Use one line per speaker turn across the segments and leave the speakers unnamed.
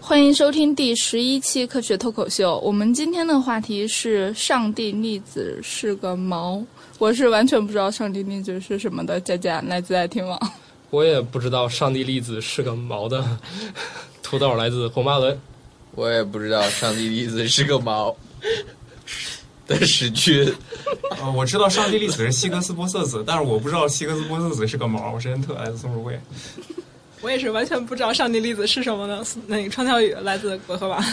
欢迎收听第十一期科学脱口秀。我们今天的话题是“上帝粒子是个毛”，我是完全不知道“上帝粒子”是什么的。佳佳来自爱听网，
我也不知道上帝粒子是个毛的。 土豆来自红巴 伦，
我也不知道上帝粒子是个 毛的史君。
呃，我知道上帝粒子是希格斯玻色子，但是我不知道希格斯玻色子是个毛。我是恩特，来自松鼠会。
我也是完全不知道上帝粒子是什么呢？那个创跳语来自国科吧。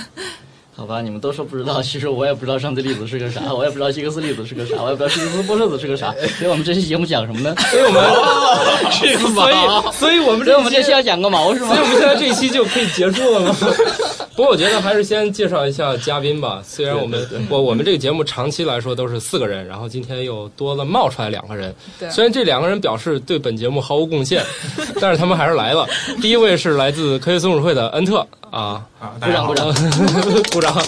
好吧，你们都说不知道， 其实我也不知道上帝粒子是个啥， 我也不知道希格斯粒子是个啥，我也不知道希格斯玻色子是个啥，所以我们这期节目讲什么呢？
所以我们
哦是个
所
毛
以，所以我们
所以我们
这
这
期
期要讲个毛是吗
所以？我们现在这一期就可以结束了吗？ 不过我觉得还是先介绍一下嘉宾吧。虽然我们我我们这个节目长期来说都是四个人，然后今天又多了冒出来两个人。
对
虽然这两个人表示对本节目毫无贡献， 但是他们还是来了。第一位是来自科学松鼠会的恩特啊，
啊，大家好
鼓，掌
鼓掌。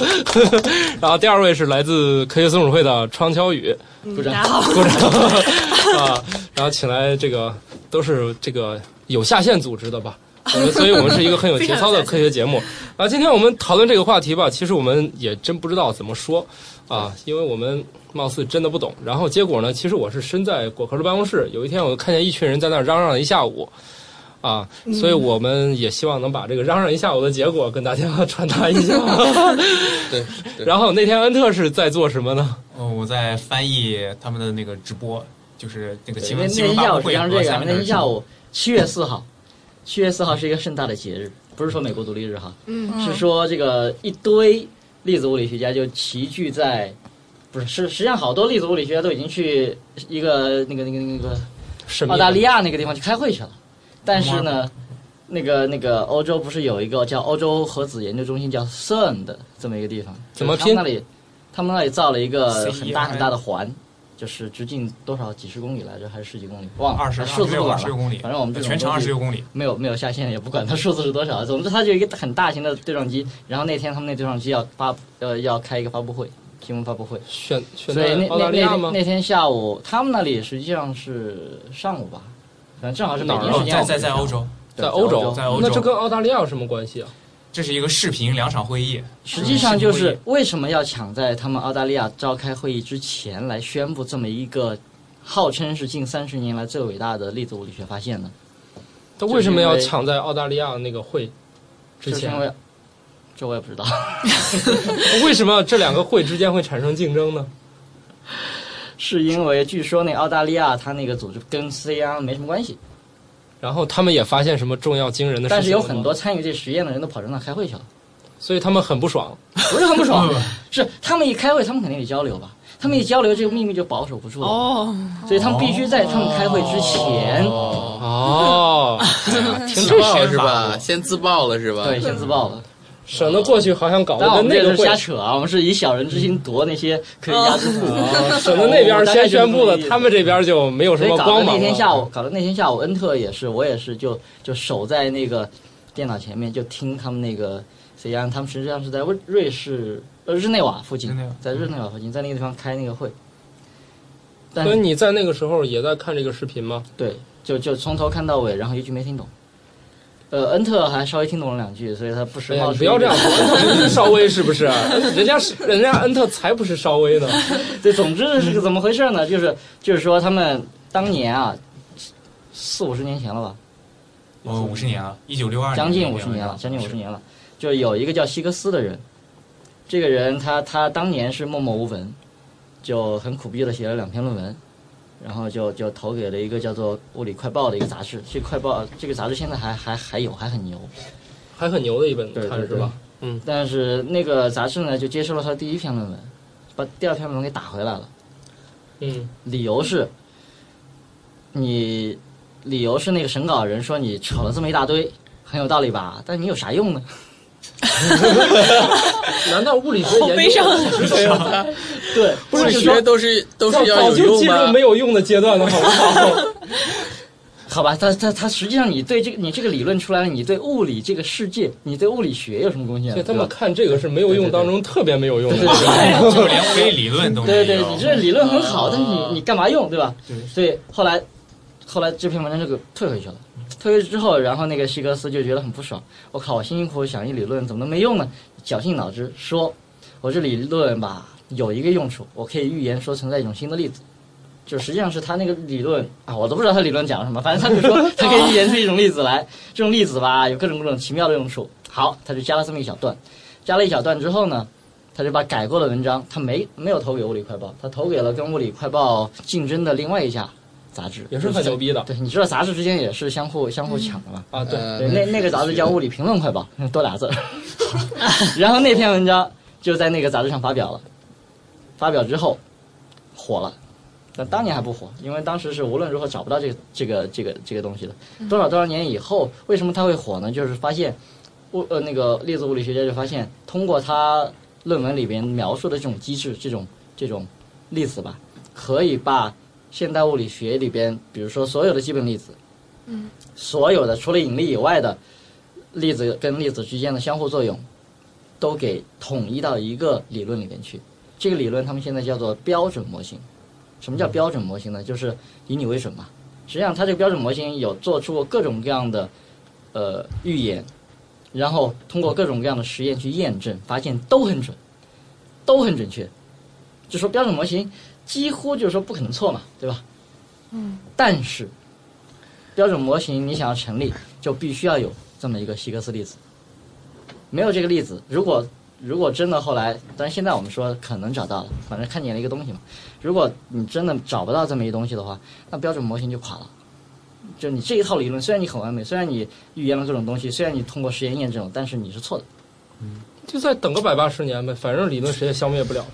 然后第二位是来自科学松鼠会的窗敲雨，
鼓
嗯
掌
大家好，
鼓掌 啊！然后请来这个都是这个有下线组织的吧。我们所以，我们是一个 很有节操的科学节目啊。今天我们讨论这个话题吧，其实我们也真不知道怎么说啊，因为我们貌似真的不懂。然后结果呢，其实我是身在果壳的办公室，有一天我看见一群人在那儿嚷嚷了一下午啊，
嗯
所以我们也希望能把这个嚷嚷一下午的结果跟大家 传达一下。
对，对
然后那天恩特是在做什么呢？
呃，我在翻译他们的那个直播，就是那个新
那那
闻新
天
闻
下
发
午
布会
是这样，这
和
个
下
那
面的
天
直播
下午七月四号，七月四号是一个盛大的节日，不是说美国独立日哈，
嗯，
是说这个一堆粒子物理学家就齐聚在，不是是实际上好多粒子物理学家都已经去一个那个那个那个
神秘
澳
的
大利亚那个地方去开会去了，但是呢。那个那个欧洲不是有一个叫欧洲核子研究中心叫 CERN 的这么一个地方？
怎么
就是
拼
他们那里他们那里造了一个
CERN
很大很大的环，就是直径多少几十公里来着，还是十几公里？忘了，
二十
数字
六
不管
十
了
六公里，
反正我们这种
全程
东
二
西
十六公里。
没有没有下线，也不管它数字是多少。总之，它就一个很大型的对撞机。然后那天他们那对撞机要发呃要开一个发布会，新闻发布会。
选选
所以
在
那
澳大
那
利亚
那
吗？
那天下午，他们那里实际上是上午吧，反正正好是北
哪儿
京
啊
时
哦
间。
在在在欧，洲，
对
在欧洲，
在欧洲
那这跟澳大利亚有什么关系啊？
这是一个视频两场会议，
实际上就
视频会
是
议
为什么要抢在他们澳大利亚召开会议之前来宣布这么一个号称是近三十年来最伟大的粒子物理学发现呢？
他为什么要
就是因为
抢在澳大利亚那个会之
就是
前
因？为这我也不知道。
为什么这两个会之间会产生竞争呢？
是因为据说那澳大利亚它那个组织跟 CERN 没什么关系，
然后他们也发现什么重要惊人的事情？
但是有很多，参与这实验的人都跑到那开会去了，
所以他们很不爽。
不是很不爽，
嗯
是他们一开会，他们肯定得交流吧。他们一交流，这个秘密就保守不住了，
哦，
所以他们必须在他们开会之前，
哦，
哦，
先
听
自
这
爆
谁
是吧？？先自爆了是吧？
对，先自爆
哦
了。
省得过去好像搞得
但我
跟
们
那
这
个
是
会
瞎，扯啊，我们是以小人之心夺那些可以压制住
哦
的。
省得那边先宣布了，他们这边就没有
所
什么
以搞
光
得
芒啊
那
了。
天下午，搞得那天下午，恩特也是，我也是就就守在那个电脑前面，就听他们那个 C N，他们实际上是在瑞瑞士呃日内瓦附近
日内瓦，
在日内瓦附近，在那个地方开那个会。但
所以
是
你在那个时候也在看这个视频吗？
对，就就从头看到尾，然后一句没听懂。呃，恩特还稍微听懂了两句，所以他不时
哎呀，
冒
你不
出
要
一
这
个
样， 说，稍微是不是？人家是人家恩特才不是稍微呢。
对，总之这是个怎么回事呢？就是就是说他们当年啊，四五十年前了吧，
哦，五十年了，一九六二年，
将近五十年了，将近五十年了。就有一个叫希格斯的人，这个人他他当年是默默无闻，就很苦逼的写了两篇论文，然后就就投给了一个叫做《物理快报》的一个杂志。这快报这个杂志现在还还还有，还很牛。
还很牛的一本，
对
看
对
是吧？
但是那个杂志呢，就接收了他的第一篇论文，把第二篇论文给打回来了。
嗯，
理由是，你理由是那个审稿人说你扯了这么一大堆，很有道理吧？但你有啥用呢？
难道物理学研究
好悲伤啊
对，
物理学都是都是要
早
有
就
用
进入
吗
没？有用的阶段了，好不好？
好吧，它它它实际上你对这个你这个理论出来了，你对物理这个世界，你对物理学有什么贡献
所
呢？
以他
对
们
吧？
看这个是没有用当中特别没有用的。
哎就连微理论都没有。
对对，你这理论很好，但是你你干嘛用，对吧？
对
所以后来后来这篇文章就给退回去了。退回去之后，然后那个希格斯就觉得很不爽，我靠，我辛辛苦苦想一理论，怎么能没用呢？绞尽脑汁说，我这理论吧有一个用处，我可以预言说存在一种新的粒子。就实际上是他那个理论啊，我都不知道他理论讲了什么，反正他就说他可以预言出一种粒子来，这种粒子吧有各种各种奇妙的用处。好，他就加了这么一小段，加了一小段之后呢，他就把改过的文章，他没没有投给《物理快报》，他投给了跟《物理快报》竞争的另外一家杂志，
也是很牛逼啊的
对，你知道杂志之间也是相互相互抢的嘛。
啊。对，
呃
对，那那个杂志叫《物理评论快报》，多俩字儿。 然后那篇文章就在那个杂志上发表了，发表之后火了，但当年还不火，因为当时是无论如何找不到这个这个这个这个东西的。多少多少年以后，为什么它会火呢？就是发现物呃那个粒子物理学家就发现，通过他论文里边描述的这种机制，这种这种粒子吧，可以把现代物理学里边，比如说所有的基本粒子，所有的除了引力以外的粒子跟粒子之间的相互作用，都给统一到一个理论里面去。这个理论他们现在叫做标准模型。什么叫标准模型呢？就是以你为准嘛。实际上，它这个标准模型有做出过各种各样的呃预言，然后通过各种各样的实验去验证，发现都很准，都很准确。就说标准模型几乎就是说不可能错嘛，对吧？嗯。但是标准模型你想要成立，就必须要有这么一个希格斯粒子。没有这个粒子，如果如果真的后来，但是现在我们说可能找到了，反正看见了一个东西嘛。如果你真的找不到这么一东西的话，那标准模型就垮了。就你这一套理论，虽然你很完美，虽然你预言了各种东西，虽然你通过实验验证了，但是你是错的。
就再等个百八十年呗，反正理论谁也消灭不了，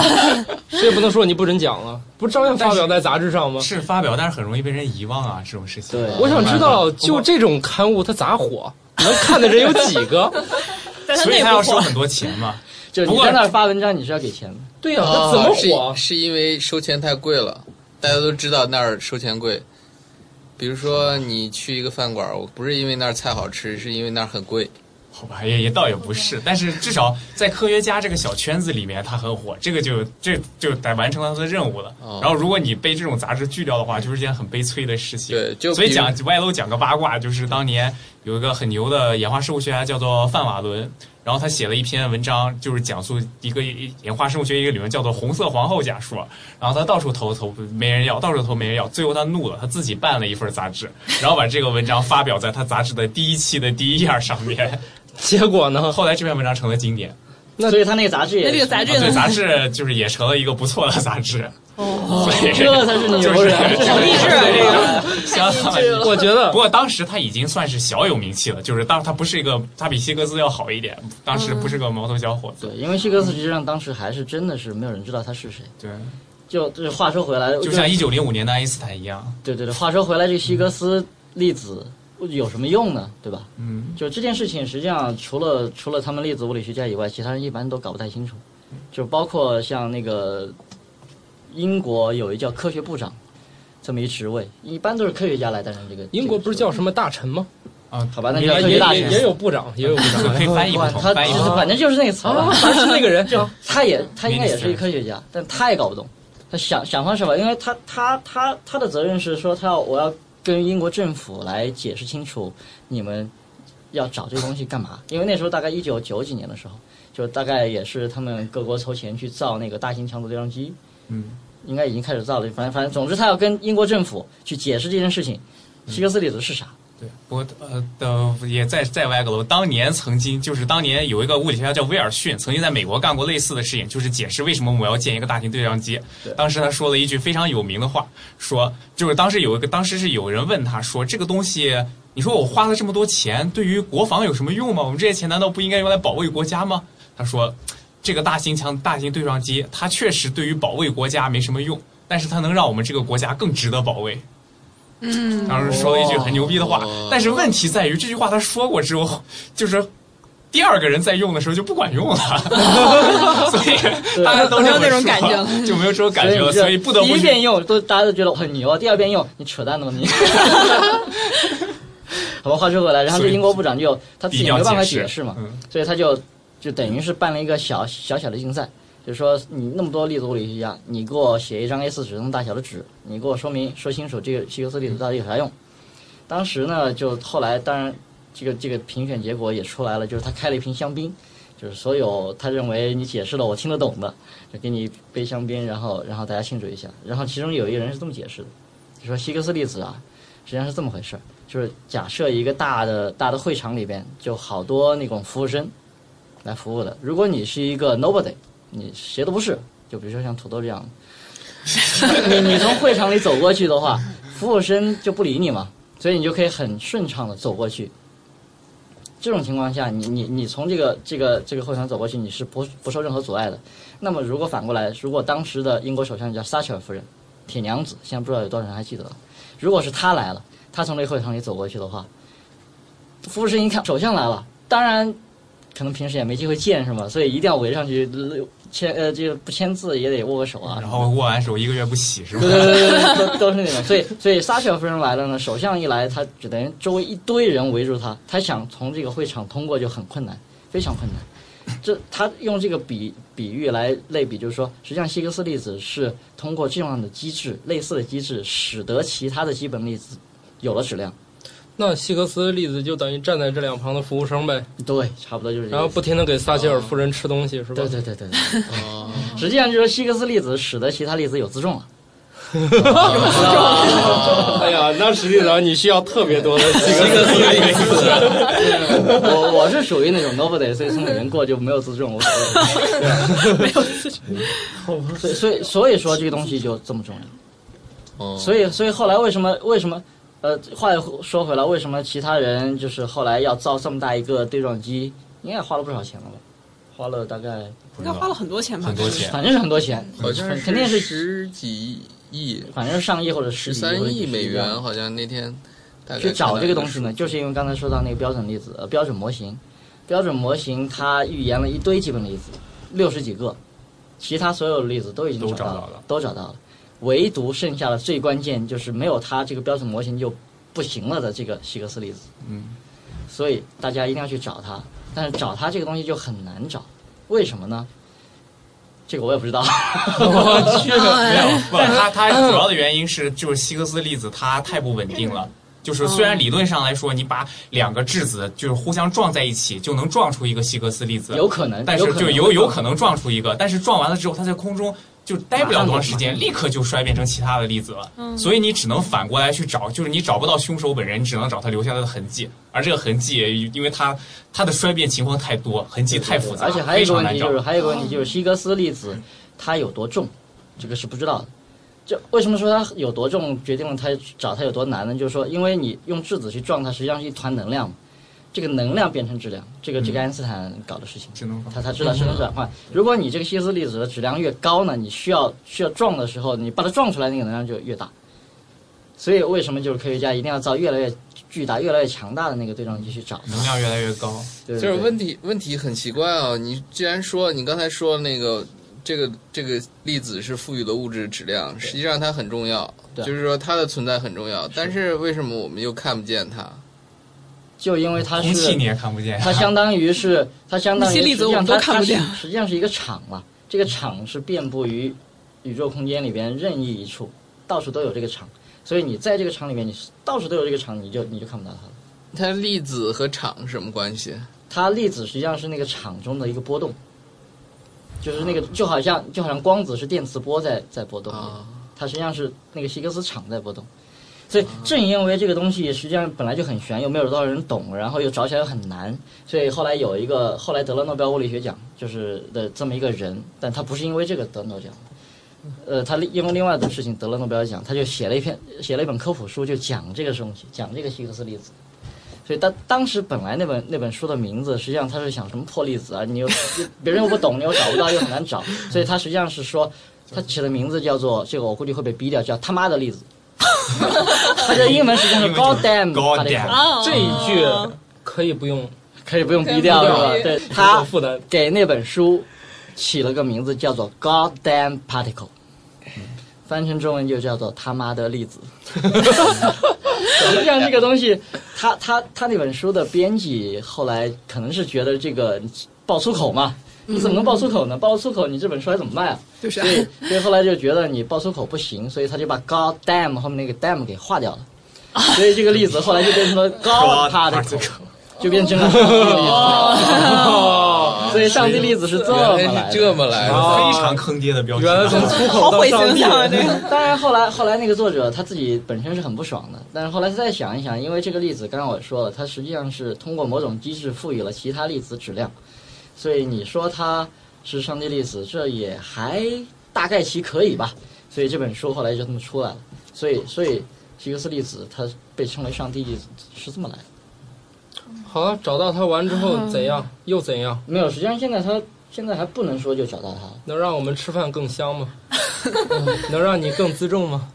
谁也不能说你不准讲了，不照样发表在杂志上吗？
是发表，但是很容易被人遗忘啊，这种事情。
对
我想知道，
不
就这种刊物它咋火？能看的人有几个？
但他
所
那
以
也
他
不
要收
火，
啊
很多钱嘛。
就
不
你
过
在那儿发文章，你是要给钱的。
对呀、它
哦
怎么火
啊
是？是因为收钱太贵了，大家都知道那儿收钱贵。比如说你去一个饭馆，我不是因为那儿菜好吃，是因为那儿很 贵。
好吧，也也倒也不是，但是至少在科学家这个小圈子里面，他很火，这个就这就得完成他的任务了。
哦
然后，如果你被这种杂志拒掉的话，就是件很悲催的事情。
对就
所以
比如
讲外露讲个八卦，就是当年有一个很牛的演化生物学家叫做范瓦伦，然后他写了一篇文章，就是讲述一个演化生物学一个理论叫做红色皇后假说。然后他到处投投没人要，到处投没人要，最后他怒了，他自己办了一份杂志，然后把这个文章发表在他杂志的第一期的第一页上面。
结果呢？
后来这篇文章成了经典，
那
所以他那个杂志也
那这个杂
啊
志
对杂志就是也成了一个不错的杂志。哦，
这才是牛人
好励志啊！
相当于。
我觉得
不过当时他已经算是小有名气了，就是当他不是一个，他比希格斯要好一点，当时不是个毛头小伙子。
对，因为希格斯实际上当时还是真的是没有人知道他是谁。
对，
就这话说回来，
就像一九零五年的爱因斯坦一样，
对对对，话说回来，这个希格斯粒子有什么用呢？对吧？
嗯，
就这件事情，实际上除了除了他们粒子物理学家以外，其他人一般都搞不太清楚。就包括像那个英国有一叫科学部长这么一职位，一般都是科学家来担任这个。
英国不是
这
叫
个职
什么大臣吗？
啊
位，好吧？那
也
叫科
也
学大臣
也也有部长， 也有部长。
可以翻译不
管
同，
他
翻译
就
不
是
同。
反正就是那个词儿吧。
还是那个人，
他也他应该也是一科学家，但他也搞不懂，他想想方设法，因为他他他他的责任是说他要我要跟英国政府来解释清楚你们要找这个东西干嘛，因为那时候大概一九九几年的时候，就大概也是他们各国筹钱去造那个大型强子对撞机，
嗯，
应该已经开始造了，反正反正总之他要跟英国政府去解释这件事情，希格斯粒子是啥，
对，不过呃的也再再歪个楼。当年曾经就是当年有一个物理学家叫威尔逊，曾经在美国干过类似的事情，就是解释为什么我们要建一个大型对撞机
对。
当时他说了一句非常有名的话，说就是当时有一个当时是有人问他说这个东西。你说我花了这么多钱，对于国防有什么用吗？我们这些钱难道不应该用来保卫国家吗？他说，这个大型强大型对撞机，它确实对于保卫国家没什么用，但是它能让我们这个国家更值得保卫。
嗯，
当时说了一句很牛逼的话
哦，
但是问题在于这句话他说过之后，就是第二个人在用的时候就不管 用了，所以大家都这么说
没有那种感觉了
就没有这种感
所以
觉了，
你这
所以不得
第
不
一
去
遍用都大家都觉得我很牛，第二遍用你扯淡的 吧你。 好吧，话说回来，然后这
所以
英国部长就他自
一定
己
要
没办法
解
释嘛，
嗯，
所以他就就等于是办了一个小小小的竞赛，就是说你那么多例子物理学家，你给我写一张 A4 纸那么大小的纸，你给我说明说清楚这个希格斯粒子到底有啥用。当时呢，就后来当然这个这个评选结果也出来了，就是他开了一瓶香槟，就是所有他认为你解释了我听得懂的，就给你杯香槟，然后然后大家庆祝一下。然后其中有一个人是这么解释的，就说希格斯粒子啊，实际上是这么回事儿，就是假设一个大的大的会场里边就好多那种服务生来服务的，如果你是一个 nobody。你谁都不是，就比如说像土豆这样，你你从会场里走过去的话，服务生就不理你嘛，所以你就可以很顺畅的走过去。这种情况下，你你你从这个这个这个会场走过去，你是不不受任何阻碍的。那么如果反过来，如果当时的英国首相叫撒切尔夫人，铁娘子，现在不知道有多少人还记得了，如果是她来了，她从这个会场里走过去的话，服务生一看首相来了，当然。可能平时也没机会见是吗？所以一定要围上去签呃，这个不签字也得握个手啊。
嗯然后握完手一个月不洗是吧？
对对对对，都都是那种。所以所以撒切尔夫人来了呢，首相一来，他只能周围一堆人围住他，他想从这个会场通过就很困难，非常困难。这他用这个比比喻来类比，就是说，实际上希格斯粒子是通过这样的机制，类似的机制，使得其他的基本粒子有了质量。
那希格斯粒子就等于站在这两旁的服务生呗，
对，差不多就是这
然后
样。
不停的给撒切尔夫人吃东西，是吧？
对对对对对，
哦，
实际上就是希格斯粒子使得其他粒子有自重了。
哦
哎呀，那实际上你需要特别多的希格
希格斯粒 子，
我我是属于那种 nobody，所以送给人过就没有自重，无所谓。没有自重。所以所以所以说这个东西就这么重要。
哦
所以所以后来为什么为什么呃话又说回来，为什么其他人就是后来要造这么大一个对撞机，应该花了不少钱了吧？花了大概
不知
应该
道
花了很多钱吧？
很多钱，
反正是很多钱，
好像
肯定
是
是
十几亿，
反正是上亿或者十
十
几或者
三
几
亿美
这样
元，好像那天大概
去找这个东西
看到
呢，
一个
就是因为刚才说到那个标准粒子、呃、标准模型，标准模型它预言了一堆基本粒子，六十几个，其他所有的粒子都已经
都找
找到
到了，
都找到了，唯独剩下的最关键就是没有它这个标准模型就不行了的这个希格斯粒子。
嗯，
所以大家一定要去找它，但是找它这个东西就很难找，为什么呢？这个我也不知道。
我去，没
哎
有，不，它它
嗯
主要的原因是就是希格斯粒子它太不稳定了。就是虽
嗯
然理论上来说，你把两个质子就是互相撞在一起，就能撞出一个希格斯粒子，
有可能
但是
有可
就
能
有有可能撞出一个，但是撞完了之后，它在空中就待不了多长时间，立刻就衰变成其他的粒子了。
嗯
所以你只能反过来去找，就是你找不到凶手本人，你只能找他留下的痕迹，而这个痕迹，因为它它的衰变情况太多，痕迹太复杂，
而且还有
非
一个
常
问
难
题
找
就是，。还有一个问题就是希格斯粒子它有多重，这个是不知道的。这为什么说它有多重决定了它找它有多难呢？就是说，因为你用质子去撞它，实际上是一团能量嘛，这个能量变成质量，这个
嗯
这个爱因斯坦搞的事情。
只能
他他知道生成
嗯
转换。如果你这个希格斯粒子的质量越高呢，你需要需要撞的时候，你把它撞出来，那个能量就越大。所以为什么就是科学家一定要造越来越巨大、越来越强大的那个对撞机去找它？
能量越来越高，
对
就是
对
问题问题很奇怪啊！你既然说你刚才说那个这个这个粒子是赋予了物质质量，实际上它很重要，
对
就是说它的存在很重要，但是为什么我们又看不见它？
就因为它是
空气你也看不见。
它相当于是它相当于
那些例子我们都看不见
实际上它它是实际上是一个场嘛，这个场是遍布于宇宙空间里边任意一处，到处都有这个场。所以你在这个场里面，你到处都有这个场，你就你就看不到它了。
它粒子和场是什么关系？
它粒子实际上是那个场中的一个波动，就是那个就好像就好像光子是电磁波在在波动一样，
啊
它实际上是那个希格斯场在波动。所以正因为这个东西实际上本来就很悬，又没有多少人懂，然后又找起来又很难，所以后来有一个后来得了诺贝尔物理学奖就是的这么一个人，但他不是因为这个得诺奖，呃，他因为另外的事情得了诺贝尔奖，他就写了一篇写了一本科普书，就讲这个东西，讲这个希格斯粒子。所以当当时本来那本那本书的名字，实际上他是想什么破粒子啊，你又别人又不懂，你又找不到，又很难找，所以他实际上是说，他起的名字叫做这个，我估计会被逼掉，叫他妈的粒子。 他的英文实际上是 God damn
God damn
啊，
这一句可以不用
可以不用逼掉是吧
可以？不
对
有
他
负担。
给那本书起了个名字叫做《God Damn Particle》，翻成中文就叫做“他妈的粒子”实际上这个东西，他他他那本书的编辑后来可能是觉得这个爆粗口嘛，你怎么能爆粗口呢？爆粗口你这本书还怎么卖啊？
就是
所以所以后来就觉得你爆粗口不行，所以他就把 God damn 后面那个 damn 给划掉了。所以这个例子后来就变成了 God 他的口，就变成了上帝的例
哦
子。所以上帝例子是这么
原
来
来
的。哦
是这么来的。
非常坑爹的标 题
原
啊。
来从粗口
好
到
毁
上
形
帝，
象啊！这个
当然，后来后来那个作者他自己本身是很不爽的，但是后来再想一想，因为这个例子刚刚我说了，它实际上是通过某种机制赋予了其他粒子质量，所以你说它是上帝粒子，这也还大概其可以吧。所以这本书后来就这么出来了。所以所以希格斯粒子它被称为上帝粒子是这么来的。
好了，找到他完之后怎样？又怎样？
没有，实际上现在它现在还不能说就找到它了。
能让我们吃饭更香 吗？嗯能让你更自重吗？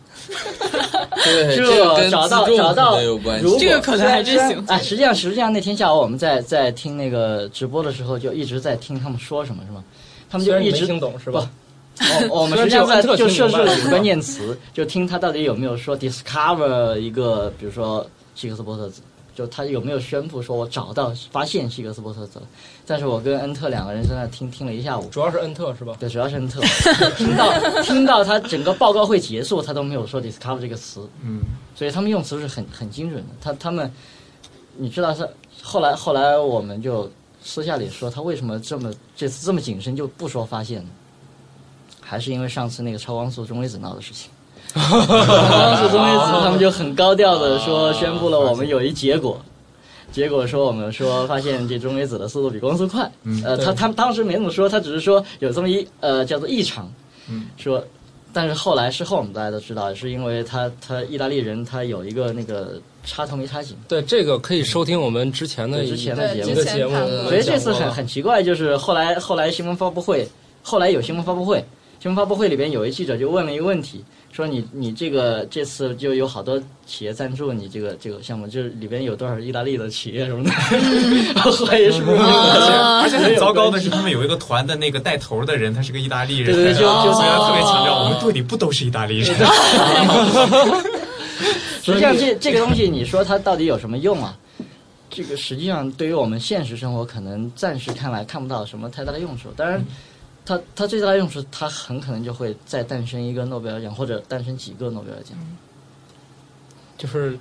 对，
这
个跟
找
自
到
重
找
可
到
能有关
如果
系。
这个可能还真行
虽然哎，实际上，实际上那天下午我们在在听那个直播的时候，就一直在听他们说什么，是吗？他们
虽
就
然你
一
没
直
听懂是吧？
我我们实
虽然
际上
只有
在
恩特
就
听
设
明
置
白
了五个念词，就听他到底有没有说 discover 一个，比如说希克斯波特子，就他有没有宣布说我找到发现希克斯波特子了。但是我跟恩特两个人在那听听了一下午，
主要是恩特是吧？
对，主要是恩特 听到听到他整个报告会结束，他都没有说 discover 这个词，
嗯，
所以他们用词是很很精准的。他他们，你知道是后来后来我们就私下里说他为什么这么这次这么谨慎就不说发现呢？还是因为上次那个超光速中微子闹的事情。超光速中微子他们就很高调的说宣布了我们有一结果。结果说我们说发现这中微子的速度比光速快，
嗯
呃，他他当时没怎么说，他只是说有这么一呃叫做异常，
嗯
说，但是后来事后我们大家都知道，是因为他他意大利人他有一个那个插头没插紧，
对，这个可以收听我们之前的
对之前的
对，
节
嗯
目哎
之前谈
嗯
过
所以这次
讲过
很
了
很奇怪，就是后来后来新闻发布会，后来有新闻发布会，新闻发布会里边有一记者就问了一个问题，说你你这个这次就有好多企业赞助你这个这个项目，就是里边有多少意大利的企业什么的，
嗯
我怀疑是不是这个？
而且很糟糕的是，他们有一个团的那个带头的人，他是个意大利人，
对对对就就
所以他特别强调，我们队里不都是意大利人。
实际上这这个东西，你说它到底有什么用啊？这个实际上对于我们现实生活，可能暂时看来看不到什么太大的用处。当然，它它最大的用处，它很可能就会再诞生一个诺贝尔奖，或者诞生几个诺贝尔奖。
就是，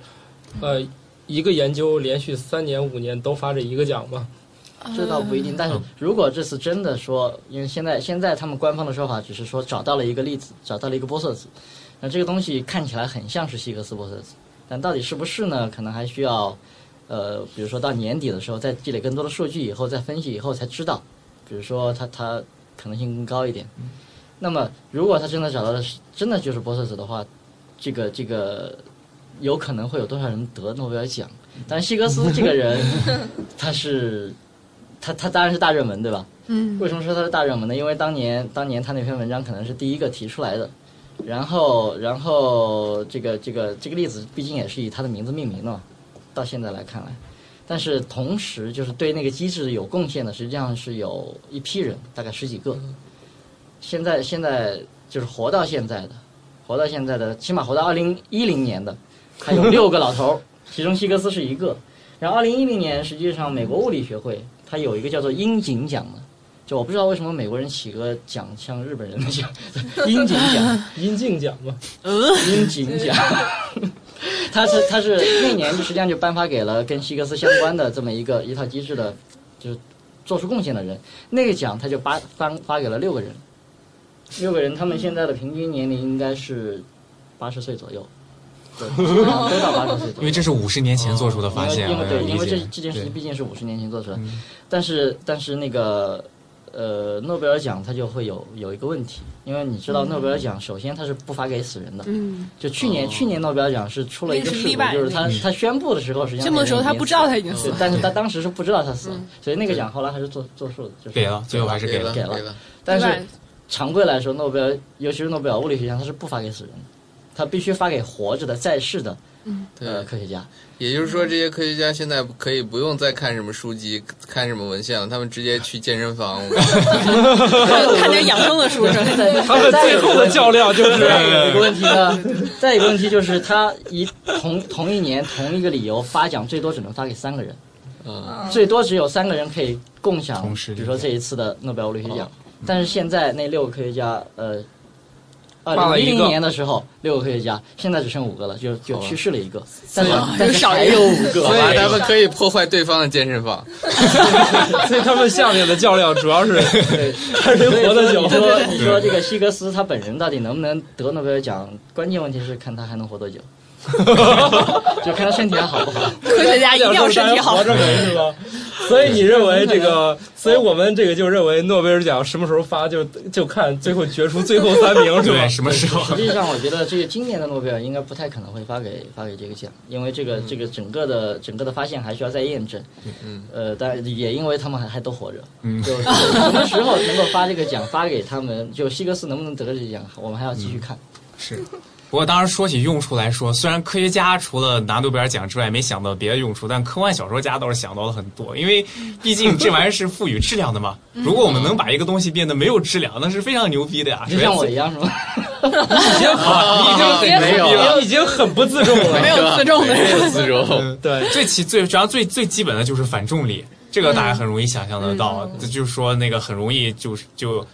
呃，一个研究连续三年五年都发这一个奖嘛，
这倒不一定，但是如果这次真的说，因为现在现在他们官方的说法只是说找到了一个粒子，找到了一个玻色子，那这个东西看起来很像是希格斯玻色子，但到底是不是呢？可能还需要，呃，比如说到年底的时候再积累更多的数据以后，再分析以后才知道，比如说它它可能性更高一点。那么如果他真的找到的是真的就是玻色子的话，这个这个有可能会有多少人得诺贝尔奖？但希格斯这个人，他是他他当然是大热门，对吧？嗯。为什么说他是大热门呢？因为当年当年他那篇文章可能是第一个提出来的，然后然后这个这个这个例子毕竟也是以他的名字命名的嘛，到现在来看来。但是同时，就是对那个机制有贡献的，实际上是有一批人，大概十几个。现在现在就是活到现在的，活到现在的，起码活到二零一零年的，还有六个老头儿，其中希格斯是一个。然后二零一零年，实际上美国物理学会它有一个叫做樱井奖的，就我不知道为什么美国人起个奖像日本人的奖， 樱井奖，
阴茎奖嘛。
樱井奖。它是它是那年就实际上就颁发给了跟希格斯相关的这么一个一套机制的，就是做出贡献的人。那个奖他就发发发给了六个人，六个人他们现在的平均年龄应该是八十岁左右，对，基本上都到八十岁左右
因。为这是五十年前做出的发现，
因为因为
我要
哦对，
理
因为这
解
这件事情
对
毕竟是五十年前做出来的，但是但是那个呃诺贝尔奖它就会有有一个问题，因为你知道诺贝尔奖首先它是不发给死人的，
嗯，
就去年去年诺贝尔奖是出了一个
那个是
事
例
故，
外嗯
就是他他宣布的时候实际上
宣布的时候
那个
他
人
不
已
知
经
道他已经死
死了，
了，
嗯但是他当时是不知道他死了
嗯，
所以那个奖后来还是作作数的，就
啊
是
给了，最后还是
给
给了。
给
给
了
了，
但是
对吧
常规来说，诺贝尔，尤其是诺贝尔物理学奖，它是不发给死人的，它必须发给活着的在世的呃
对，
科学家。
也就是说，这些科学家现在可以不用再看什么书籍、看什么文献了，他们直接去健身 房。
看点养生的书之类
呃
的。
他们最后的较量 就是
再有一个问题呢，再有一个问题就是他一同同一年同一个理由发奖，最多只能发给三个人，
嗯，
最多只有三个人可以共享，
同时
比如说这一次的诺贝尔物理学奖。
哦
但是现在那六个科学家，呃，
办
二
了
零
一
一
个
零年的时候六个科学家，现在只剩五个了，就就去世了一个，但是
啊
但
又
是
少
还
一个
有五个，
好吧，他们可以破坏对方的健身房。
所以他们下面的较量主要是
对
看谁活得久
所以。 说你说你说这个希格斯他本人到底能不能得诺贝尔奖？关键问题是看他还能活多久，就看他身体还好不好。
科学哎家一 定要身体好
活。着人是 吧？所以你认为这个，所以我们这个就认为诺贝尔奖什么时候发就就看最后决出最后三名是吧
对，？什么时候
实？际上，我觉得这个今年的诺贝尔应该不太可能会发给发给这个奖，因为这
嗯
个这个整个的整个的发现还需要再验证。
嗯，
呃，但也因为他们还还都活着，
嗯
就 什么时候能够发这个奖发给他们，就希格斯能不能得这个奖，我们还要
嗯
继续看。
是。不过，当然说起用处来说，虽然科学家除了拿诺贝尔奖之外没想到别的用处，但科幻小说家倒是想到了很多，因为毕竟这玩意儿是赋予质量的嘛。如果我们能把一个东西变得没有质量，那是非常牛逼的呀。
就像我一样是吧？
已经很，已经很
没有
已经已经很不自重了。
没有自重的
没 有自重。
对，
最其最主要最最基本的就是反重力，这个大
嗯
家很容易想象得到，这就是说那个很容易就是就。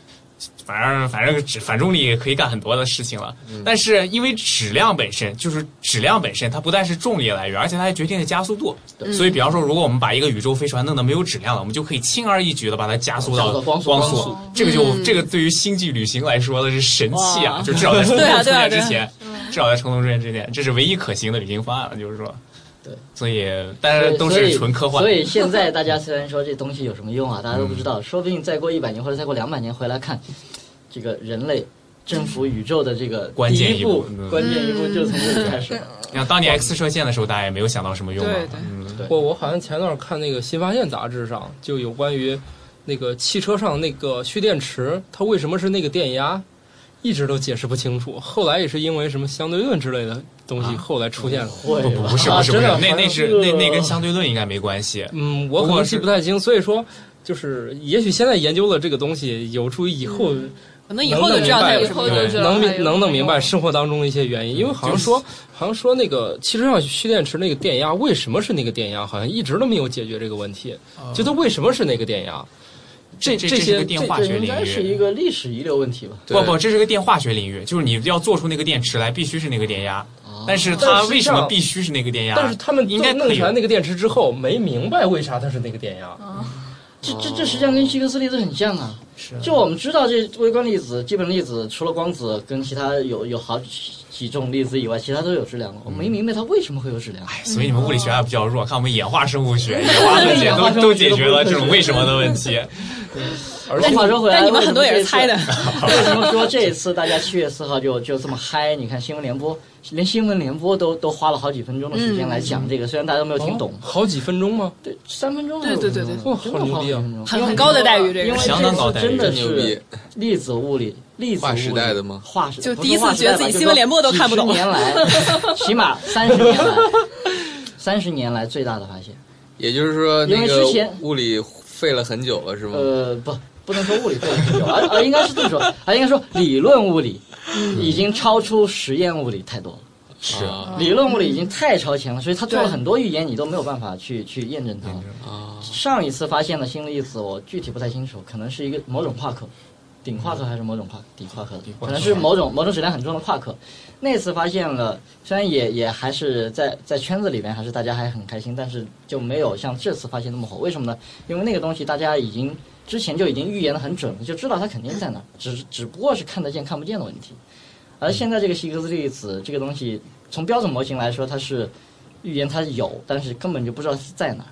反正反正只反重力可以干很多的事情了，
嗯
但是因为质量本身就是质量本身，它不但是重力来源，而且它还决定了加速度。所以，比方说，如果我们把一个宇宙飞船弄得没有质量了，我们就可以轻而易举的把它加速
加速
到
到光速
光
光
速
速。
这个就这个对于星际旅行来说的是神器啊！
嗯哇
就至 少在成
对啊
功出
对啊
现
对
之
啊
前，至少在成功出现之前，这是唯一可行的旅行方案了，就是说。
对，
所以但是呃都
所
是
以
纯科幻嗯
所。以现在大家虽然说这东西有什么用啊，大家都不知道，说不定再过一百年或者再过两百年回来看，这个人类征服宇宙的这个
关键
第
一
一
步
步
嗯，
关键一步就从这里开始了。
你看当年 X 射线的时候，大家也没有想到什么用嘛。
对对
嗯，
我我好像前段看那个《新发现》杂志上就有关于那个汽车上那个蓄电池，它为什么是那个电压，一直都解释不清楚。后来也是因为什么相对论之类的东西，
啊
后来出现了。
会
不不不是
啊
不是
真
不是，
的
那
好像
那是
是
那那跟相对论应该没关系。
嗯，我
不
可
过
能
是
记不太清，所以说就是也许现在研究了这个东西，有助于以后
可能以后就知道它有什么
以后
用
就
了。
知道
能
它有
明能弄明白
用
生活当中的一些原因，因为好像
就是
说好像说那个汽车上蓄电池那个电压为什么是那个电压，好像一直都没有解决这个问题，就它为什么是那个电压？这
这
这
这是
些
个电化学
这应
领
该是一
域。
个历史遗留问题吧？
不
对
不，这是个电化学领域，就是你要做出那个电池来，必须是那个电压。
哦
但是
但是
它
实际
为什么
上
必须是那个电压？
但是他们
应该
弄
可以
出来那个电池之后，没明白为啥它是那个电压。
这这这实际上跟希格斯粒子很像啊。是。就我们知道这微观粒子、基本粒子，除了光子跟其他有有好几几种粒子以外，其他都有质量了。我没明白它为什么会有质量。
哎所以你们物理学还比较弱，看我们演化生物学、演化论解
演化
都
生
都
物学
解决了这种为什么的问 题。
而
但
且
话说回来，
但你们很多也是猜 的。
为什么说这一次大家七月四号就就这么嗨？你看新闻联播，连新闻联播都都花了好几分钟的时
嗯
间来讲这个，虽然大家都没有听懂，
好几分钟吗？
对，三分钟还
对
是
对对
五分钟
对
真的
哇好牛逼啊
花了几分钟
很很高的待遇这个
因为
相当高待
这次
遇
真的
真牛逼
是粒子物理，粒子物理
划时代的吗
划时
就
不
第一
是划
次
时
觉得
代吧
自己
就
新闻
说
联播都看不懂
几十 年来，起码三十年来，三十年来最大的发现。
也就是说，
因
那
为
个
之前
物理废了很久了，是吗？
呃，不，不能说物理废了很久，而而应该是这么说，而应该说理论物理已经超出实验物理太多了。
是
啊
理论物理已经太超前了，所以他做了
嗯对
很多预言，你都没有办法去去验证它了。
啊，
上一次发现的新粒子，我具体不太清楚，可能是一个某种夸克，顶夸克还是某种夸底夸克，可能是某种某种质量很重的夸克。那次发现了，虽然也也还是在在圈子里面，还是大家还很开心，但是就没有像这次发现那么火。为什么呢？因为那个东西大家已经之前就已经预言的很准了，就知道它肯定在那儿，只只不过是看得见看不见的问题。而现在这个希格斯粒子这个东西，从标准模型来说，它是预言它有，但是根本就不知道是在哪儿，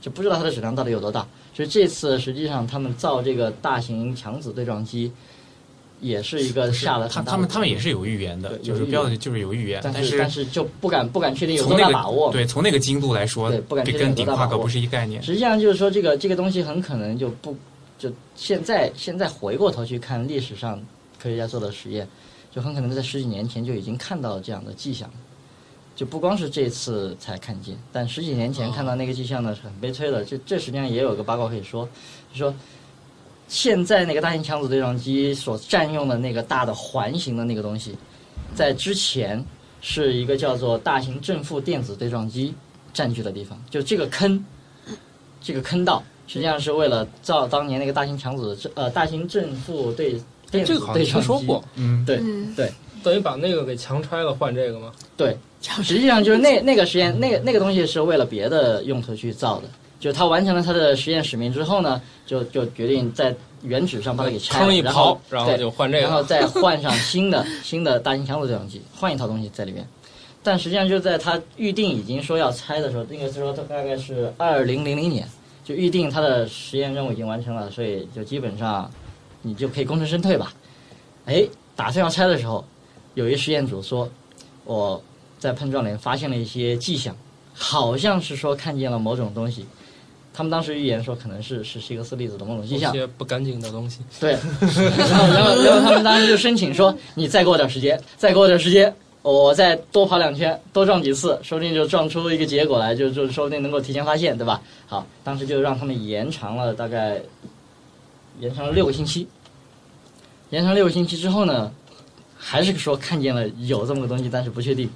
就不知道它的质量到底有多大。所以这次实际上他们造这个大型强子对撞机，也是一个下了
他
很大
他
的
们他们也是有预言的，
对
就
有
是
预言
标准就是有预言，
但
是
但是就不敢不敢确定有
从
多
那
大
个
把握。
对，从那个精度来说，
对不敢确定
跟
有多
顶
大
夸
把
克
握
不是一概念。
实际上就是说，这个这个东西很可能就不就现在现在回过头去看历史上科学家做的实验，就很可能在十几年前就已经看到这样的迹象了。就不光是这次才看见，但十几年前看到那个迹象呢，是很悲催的。这这实际上也有个八卦可以说，就说现在那个大型强子对撞机所占用的那个大的环形的那个东西，在之前是一个叫做大型正负电子对撞机占据的地方，就这个坑，这个坑道实际上是为了造当年那个大型强子呃大型正负对电
哎这
子
个好像
对
听
撞
说
机
过，，
嗯，
嗯，
等于把那个给强拆了换这个吗？
实际上就是那那个实验，那个那个东西是为了别的用途去造的。就他完成了他的实验使命之后呢，就就决定在原址上把它给拆了，
坑一
然后
刨，然后
对
就换这
然后
个。
再换上新的 新的大型强度对撞机，换一套东西在里面。但实际上就在他预定已经说要拆的时候，那个时候大概是二零零零年，就预定他的实验任务已经完成了，所以就基本上你就可以功成身退吧。哎，打算要拆的时候，有一实验组说，我在碰撞里发现了一些迹象，好像是说看见了某种东西。他们当时预言说可能是是希格斯粒子的某种迹
一
象，
些不干净的东西，
对， 然后然后然后他们当时就申请说，你再给我点时间，再给我点时间，我再多跑两圈，多撞几次，说不定就撞出一个结果来，就就说不定能够提前发现，对吧？好，当时就让他们延长了大概延长了六个星期，延长六个星期之后呢，还是说看见了有这么个东西，但是不确定。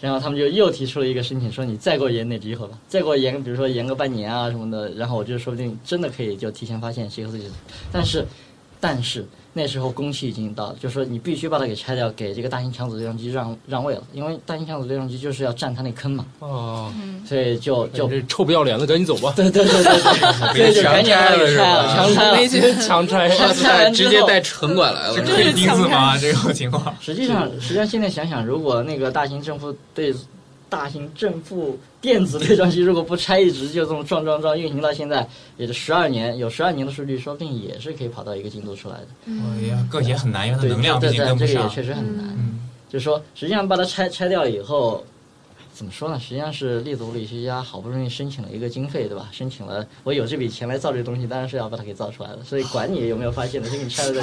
然后他们就又提出了一个申请，说你再给我延哪一会儿吧，再给我延，比如说延个半年啊什么的，然后我就说不定真的可以就提前发现希格斯粒子。但是，但是那时候工期已经到了，就说你必须把它给拆掉，给这个大型强子对撞机让让位了，因为大型强子对撞机就是要占它那坑嘛，
哦，哎
所以就就
你这臭不要脸的，赶紧走吧！
对对对对对，所以就赶紧把它给拆了，强拆了。
强 拆
哇
拆完
塞，
之
直
后
接带城管来
这
了，
可以钉子吗？这种情况，
实际上，实际上现在想想，如果那个大型正负对大型正负电子对撞机如果不拆，一直就这么撞撞撞运行到现在，也就十二年，有十二年的数据，说不定也是可以跑到一个进度出来的。
哎呀，个也很难，因为它
对，
能量毕
对
竟
对，
跟不
这个
上
也。确实很难。
嗯，
就说实际上把它拆拆掉以后，怎么说呢？实际上是立足物理学家好不容易申请了一个经费，对吧？申请了，我有这笔钱来造这东西，当然是要把它给造出来了。所以管你有没有发现的，先给你拆了再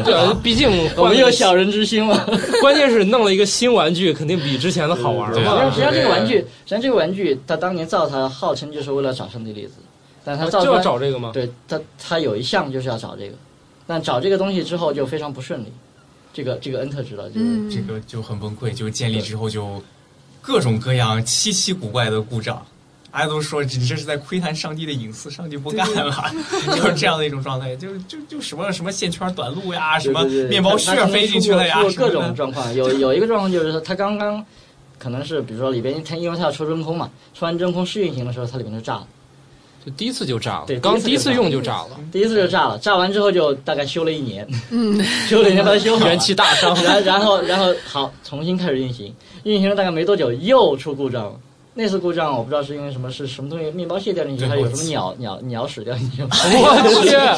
对啊，毕竟
我
换
们
了
有小人之心嘛。
关键是弄了一个新玩具，肯定比之前的好玩
对
实
啊
际
嘛
上，。实际上这个
对
玩具，实际上这个玩具，它当年造它号称就是为了找上帝粒子，但它造
就
出
要
来，
找这个吗？
对它它有一项就是要找这个，但找这个东西之后就非常不顺利。这个这个恩特知道，就是、
嗯
这个就很崩溃，就建立之后就各种各样稀奇古怪的故障。大家都说你这是在窥探上帝的隐私，上帝不干了，就是这样的一种状态，就就就什么什么线圈短路呀，什么
对对对
面包
它它
屑
曾经
飞进去了呀
出，过
什么
各
的
种状况。 有有一个状况就是说，它刚刚可能是比如说里边它因为它要抽真空嘛，抽完真空试运行的时候，它里面就炸了，
就第一次就炸了
对，
刚
第
第
一
一
次
次
就炸
用就炸了，
第一次就炸了，炸完之后就大概修了一年， 修了一年把它修好
嗯
了
元气大伤。
然然后然后好，重新开始运行，运行了大概没多久又出故障了。那次故障我不知道是因为什么，是什么东西，面包屑掉进去，
对
还是有
我
什么
记
鸟鸟鸟屎掉进去，
哎我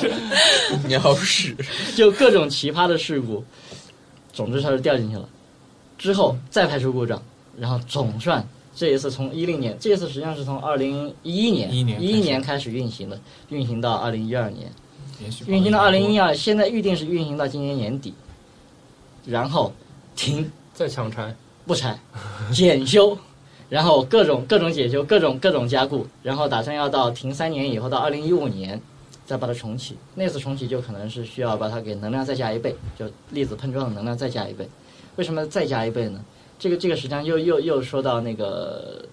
去，
鸟 屎，
就各种奇葩的事故。总之它是掉进去了，之后再排除故障，然后总算这一次从一零年，这一次实际上是从二零一一年
11年
一一年开始运行的，运行到二零一二年。
也许
运行到二零一二，现在预定是运行到今年年底，然后停
再强拆，
不 拆，检修，然后各种各种检修，各种各种加固，然后打算要到停三年以后，到二零一五年再把它重启。那次重启就可能是需要把它给能量再加一倍，就粒子碰撞的能量再加一倍。为什么再加一倍呢？这个这个实际上又又又说到那个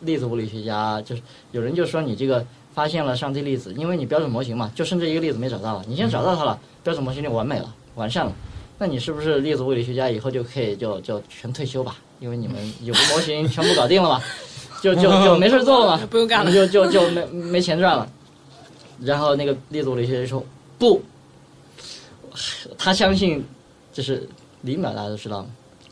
粒子物理学家，就是有人就说你这个发现了上帝粒子，因为你标准模型嘛，就剩这一个粒子没找到了，你现在找到它了，标准模型就完美了，完善了。那你是不是粒子物理学家以后就可以就就全退休吧？因为你们有个模型全部搞定了嘛，就就就没事做了嘛，
不用干了
你就就就没没钱赚了。然后那个粒子物理学家说不，他相信就是李淼大家都知道嘛，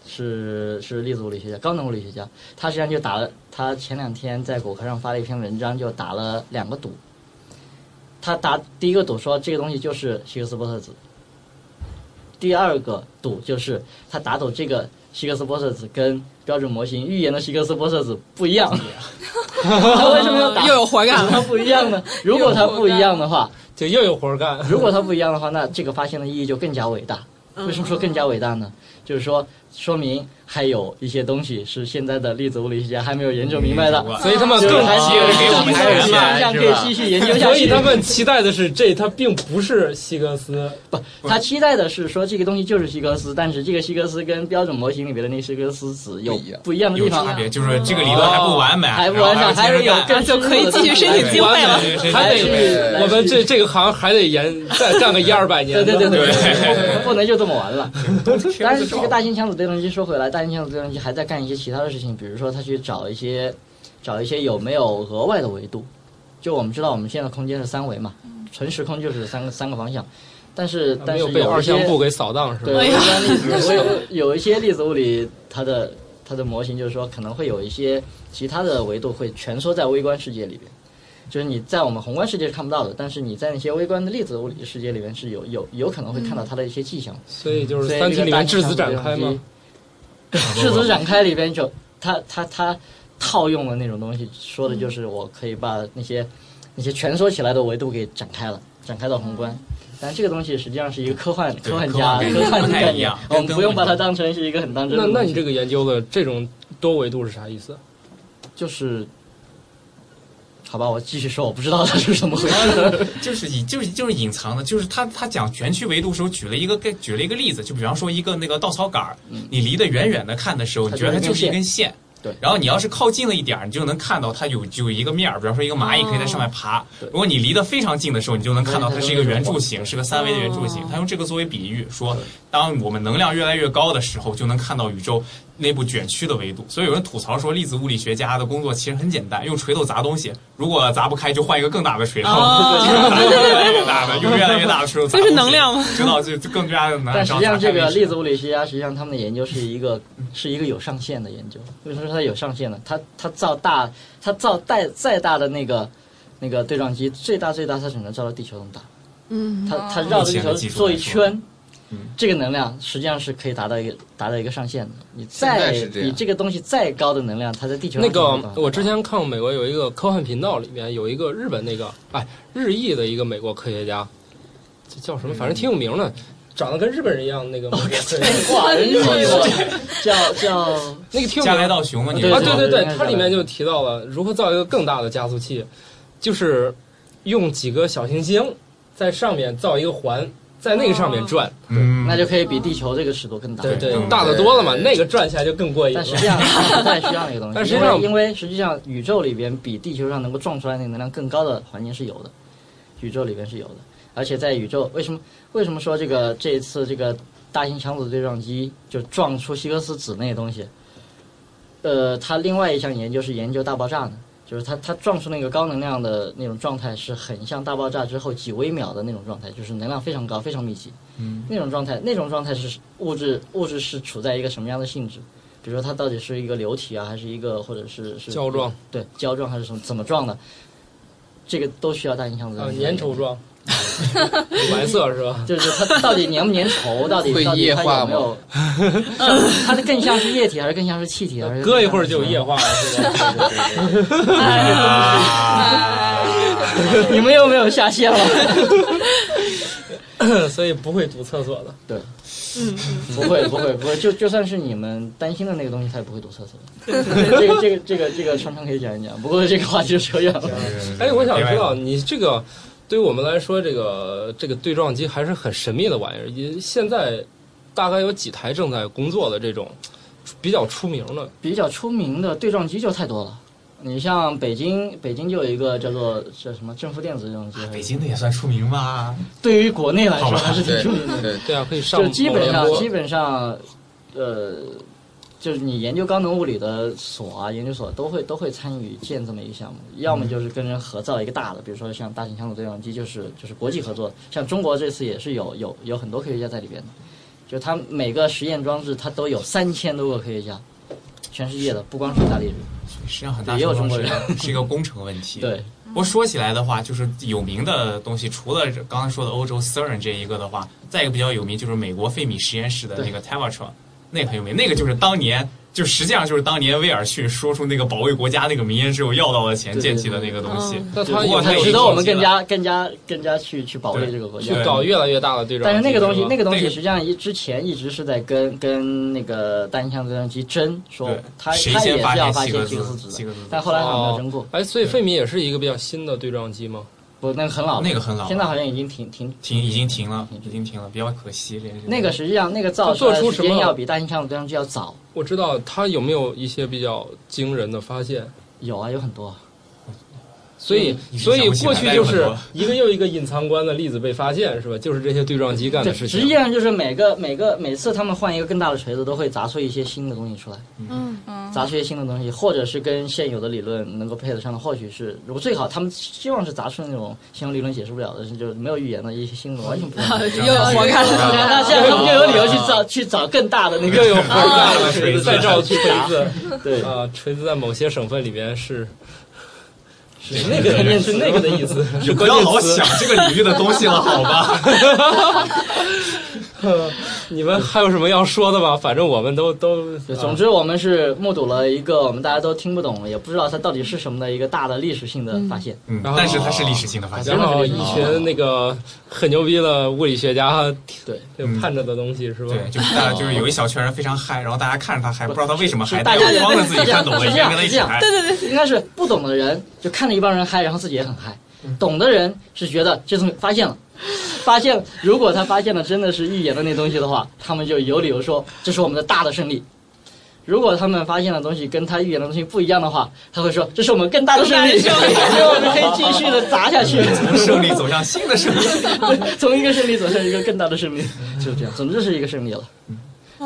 是是粒子物理学家、高能物理学家，他实际上就打了他前两天在果壳上发了一篇文章，就打了两个赌。他打第一个赌说这个东西就是希格斯玻特子，第二个赌就是他打赌这个希格斯玻特子跟标准模型预言的希格斯玻特子不一样。他为什么要打？
又有活干
它
了，
不一样呢？如果它不一样的话，
就又有活儿干。
嗯如果它不一样的话，那这个发现的意义就更加伟大。为什么说更加伟大呢？就是说说明还有一些东西是现在的粒子物理学家还没有研究明白
嗯
的，
所以他们更
就是还
急
是
着
有
给我
这
们
么一
开
个
始
方向
来，
可
是
以
吧？
继续研究下
所以
去。
他们期待的是这，它并不是希格斯，
他期待的是说这个东西就是希格斯，但是这个希格斯跟标准模型里边的那个希格斯子有
不一样
不一样的
有
地方
差，别，就是这个理论还不完美，
还不
然后
完善，还
接着
有
干
更
就可以继续申请
机
会
完
了
美
对
还
对
得
对
我们这这个行还得延再干个一二百年
对
呢。
对对
对
不不能就这么完了。但是这个大型强子对撞机说回来，大型强子对撞机还在干一些其他的事情，比如说他去找一些找一些有没有额外的维度。就我们知道我们现在空间是三维嘛，纯时空就是三个三个方向，但是但
啊没
是
有被
有
二
一些
项步给扫荡是吧？
对，有一些粒子我有有一些粒子物理，它的它的模型就是说可能会有一些其他的维度会蜷缩在微观世界里边，就是你在我们宏观世界是看不到的，但是你在那些微观的粒子物理世界里面是有有有可能会看到它的一些迹象。
所以就是
所
《
以
三
这
体》
个
里
大
面
气
质子
象
展
对
开吗？
质子展开里边就它它它套用了那种东西，说的就是我可以把那些那些蜷缩起来的维度给展开了，展开到宏观。但这个东西实际上是一个科幻
对
嗯科幻
科
家
幻
科幻
不
的
太
概
一
念
样，
我们
跟
不用
跟
把
我
它
们
当成是一个很当真
那
的东西。
那你这个研究的这种多维度是啥意思？
就是，好吧，我继续说，我不知道它是怎 么回事。
就是隐就是就是隐藏的，就是他他讲全区维度时候举了一个举了一个例子，就比方说一个那个稻草杆儿，你离得远远的看的时候，
它
你觉得它
就
就是是
一
一
根
根线。
对
然后你要是靠近了一点儿，你就能看到它有有一个面儿，比方说一个蚂蚁可以在上面爬。
对
如果你离得非常近的时候，你就能看到它是一个圆柱形，
对
是个三维的圆柱形
哦。
他用这个作为比喻，说当我们能量越来越高的时候，就能看到宇宙内部卷曲的维度。所以有人吐槽说，粒子物理学家的工作其实很简单，用锤头砸东西，如果砸不开，就换一个更大的锤头， 就
哦
是砸得越来越大的，用越来越大的锤头砸东
就
西，
是能量吗？
直到就就更加的难。
但实际上，这个粒
例子。
子物理学家实际上他们的研究是一个
嗯
是一个有上限的研究。为什么说它有上限呢？它它造大，它造再再大的那个那个对撞机，最大最大它只能造到地球那么大。
嗯，
哦
它它绕着
目
地
前
球
的技术
做一
来说
圈
嗯，
这个能量实际上是可以达到一个达到一个上限的。你
现
再
在是这样
你这个东西再高的能量，它在地球
那
上是没有
个
办法，
我之
达到
前看过美国有一个科幻频道，里面有一个日本那个哎日裔的一个美国科学家，这叫什么？反正挺有名的，长得跟日本人一样那个美国科学家，
哇，人家有叫叫
那个挺有
加
名的
来道熊嘛，你
对
啊，
们
对对
对
对
对，
它里面就提到了如何造一个更大的加速器，就是用几个小行星在上面造一个环，在那个上面转，
嗯，
那就可以比地球这个尺度更大。
对对
嗯，
大得多了嘛，
对
那个转起来就更过瘾
但实
了
际。上它不太需要那个东西，
但实际上
因为因为实际上宇宙里边比地球上能够撞出来那个能量更高的环境是有的，宇宙里边是有的，而且在宇宙为什么为什么说这个这一次这个大型强子对撞机就撞出希格斯子那些东西？呃，它另外一项研究是研究大爆炸呢，就是它它撞出那个高能量的那种状态是很像大爆炸之后几微秒的那种状态，就是能量非常高、非常密集。
嗯，
那种状态，那种状态是物质物质是处在一个什么样的性质？比如说它到底是一个流体啊，还是一个或者是是
胶状？
对，胶状还是什么？怎么状的？这个都需要大影响的。
啊，粘稠，状，白色是吧？
就是它到底粘不粘 稠，到底
会
到底
液
它
化
有没 有？它是更像是液体还是更像是气 体？还是
隔一会儿就液化了，是吧？
啊
你们又没有下线了。
所以不会堵厕所的。
对， 嗯，不会不会不会，就就算是你们担心的那个东西，它也不会堵 厕所。这个这个这个这个常常可以讲一讲，不过这个话题就扯远 了。
哎，我想知道你这个对于我们来说，这个这个对撞机还是很神秘的玩意儿。也现在大概有几台正在工作的这种比较出名的，
比较出名的对撞机就太多了。你像北京，北京就有一个叫做叫什么正负电子这种机，
啊北京的也算出名吧？
对于国内来说
好吧
还是挺
对
出名的。
对，
对啊，可以上
就基本
某
上
联播
基本上，呃，就是你研究高能物理的所啊，研究所都会都会参与建这么一个项目，要
嗯
么就是跟人合造一个大的，比如说像大型相子对撞机，就是就是国际合作，像中国这次也是有有有很多科学家在里边的，就他每个实验装置它都有三千多个科学家，全世界的，不光是意大利人。
实际上很大
也有
程
中
度
国
是是一个工程问题。
对，
不过说起来的话，就是有名的东西，除了刚刚说的欧洲 CERN 这一个的话，再一个比较有名就是美国费米实验室的那个 Tevatron，那个很有名，那个就是当年就实际上就是当年威尔逊说出那个保卫国家那个名言之后要到了钱
对对
建起的那个东西。
嗯
那
就
他
如果
有
它
没有
值
一
得
个
我们
计划
更加更加更加去去保卫
对
这个国家
去。搞越来越大的对照机制吧。
但是那个东西，那个东西
那个
实际上一之前一直是在跟跟那个单向对撞机争，说
对
他
谁
他
先
也
发
是要
现
发
希格
现希
斯
格斯
希
子
格
的
斯子，哦
但后来好像没有争过。
哎，所以费米也是一个比较新的对撞机吗？
不，那个很老了，
那个很老了
现在好像已经停停
停，已经停了，已经停了，比较可惜。这
那个实际上那个造
它做
出来的
出
时
什
间
么
要比大型枪对撞机要早。
我知道他有没有一些比较惊人的发现？
有啊，有很多啊。
所以，
嗯
所以过去就是
你想不起来
一个又一个隐藏官的例子被发现，是吧？就是这些对撞机干
对，
的事
实
情。
际上就是每个每个每次他们换一个更大的锤子，都会砸出一些新的东西出来，
嗯，
砸出一些新的东西，或者是跟现有的理论能够配得上的，或许是如果最好他们希望是砸出那种现有理论解释不了的，就是没有预言的一些新的完全不一样的。
又要活看了。
那这样他们就有理由去找去找更大的那个
又有活儿干了，
锤
锤
子
子
啊
再照锤子
对，
啊，锤子在某些省份里边 是
是那个肯定是那个的意思。
你不要老想这个领域的东西了，好吧？
你们还有什么要说的吗？反正我们都都，啊
对总之，我们是目睹了一个我们大家都听不懂，也不知道它到底是什么的一个大的历史性的发现。
嗯，
然后
但是它是历史性的发现
然。后一群那个很牛逼的物理学家
对，
就盼着的东西是吧？
嗯对，就是大家就是有一小群人非常嗨，然后大家看着他嗨，不知道他为什么
哦是
嗨，
大
但
家
又帮着自己看懂了，
是
也
这样
跟他一
是这
起
样
嗨。
应该是不懂的人就看着一帮人嗨，然后自己也很嗨；懂的人是觉得这东西发现了，发现了如果他发现了真的是预言的那东西的话，他们就有理由说这是我们的大的胜利。如果他们发现的东西跟他预言的东西不一样的话，他会说这是我们更大的胜利，所以 我们可以继续的砸下去，
从胜利走向新的胜利。
从一个胜利走向一个更大的胜利，
嗯
就是这样。总之是一个胜利了。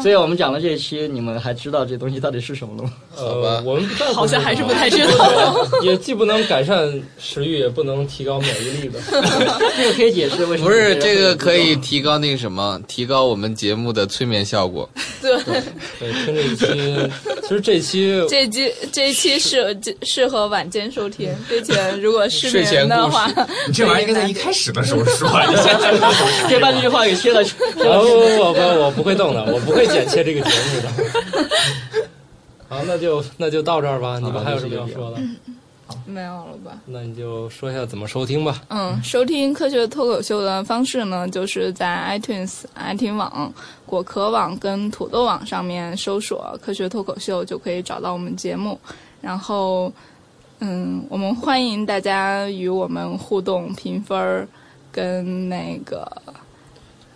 所以我们讲了这一期，你们还知道这东西到底是什么了 吗？
好吧
呃，我们不但
好像还是不太知道。
对也既不能改善食欲，也不能提高免疫力的。
这个可以解释为什么
不是
人
这个
不
可以
懂
提高那个什么，提高我们节目的催眠效果。
对，听这一期，其实这期
这期这一期适适合晚间收听，并且如果失
睡前
眠的话，
你这玩意儿应该在一开始的时候说， 你现在
这半句话给切了。
啊，不不不，我不会动的，我不会剪切这个节目的。好，那就那就到这儿吧。你们还有什么要说的？
没有了吧？
那你就说一下怎么收听吧。
嗯，收听科学脱口秀的方式呢，就是在 iTunes、爱听网、果壳网跟土豆网上面搜索“科学脱口秀”，就可以找到我们节目。然后，嗯，我们欢迎大家与我们互动、评分儿，跟那个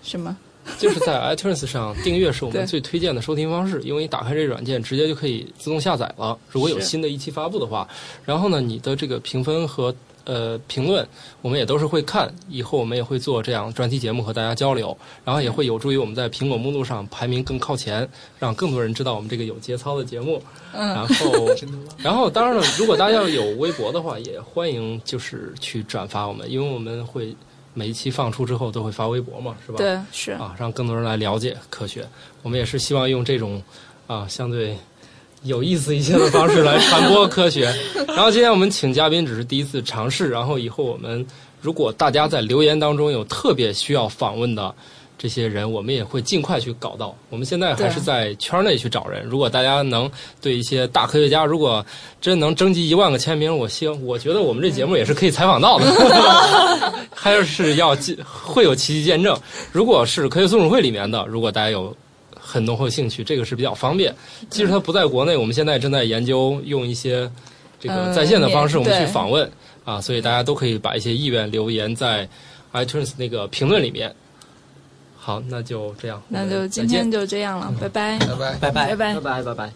什么，
就是在 iTunes 上订阅是我
对
们最推荐的收听方式，因为你打开这软件直接就可以自动下载了。如果有
是
新的一期发布的话，然后呢，你的这个评分和呃评论，我们也都是会看。以后我们也会做这样专题节目和大家交流，然后
嗯
也会有助于我们在苹果目录上排名更靠前，让更多人知道我们这个有节操的节目。
嗯，
然后， 然后当然了，如果大家要有微博的话，也欢迎就是去转发我们，因为我们会每一期放出之后都会发微博嘛，是吧？
对，是，
啊，让更多人来了解科学。我们也是希望用这种啊相对有意思一些的方式来传播科学。然后今天我们请嘉宾只是第一次尝试，然后以后我们如果大家在留言当中有特别需要访问的。这些人我们也会尽快去搞到。我们现在还是
对
在圈内去找人。如果大家能对一些大科学家，如果真能征集一万个签名，我希望我觉得我们这节目也是可以采访到的。 还是要记会有奇迹见证。如果是科学松鼠会里面的，如果大家有很浓厚兴趣，这个是比较方便。即使它不在国内，我们现在正在研究用一些这个
嗯
在线的方式，我
免
们去
对
访问、啊，所以大家都可以把一些意愿留言在 iTunes 那个评论里面。好，那就这样，我
那
们
就
再
今
见嗯
天就这样了，拜拜，
拜拜。
拜拜
拜拜
拜拜拜拜。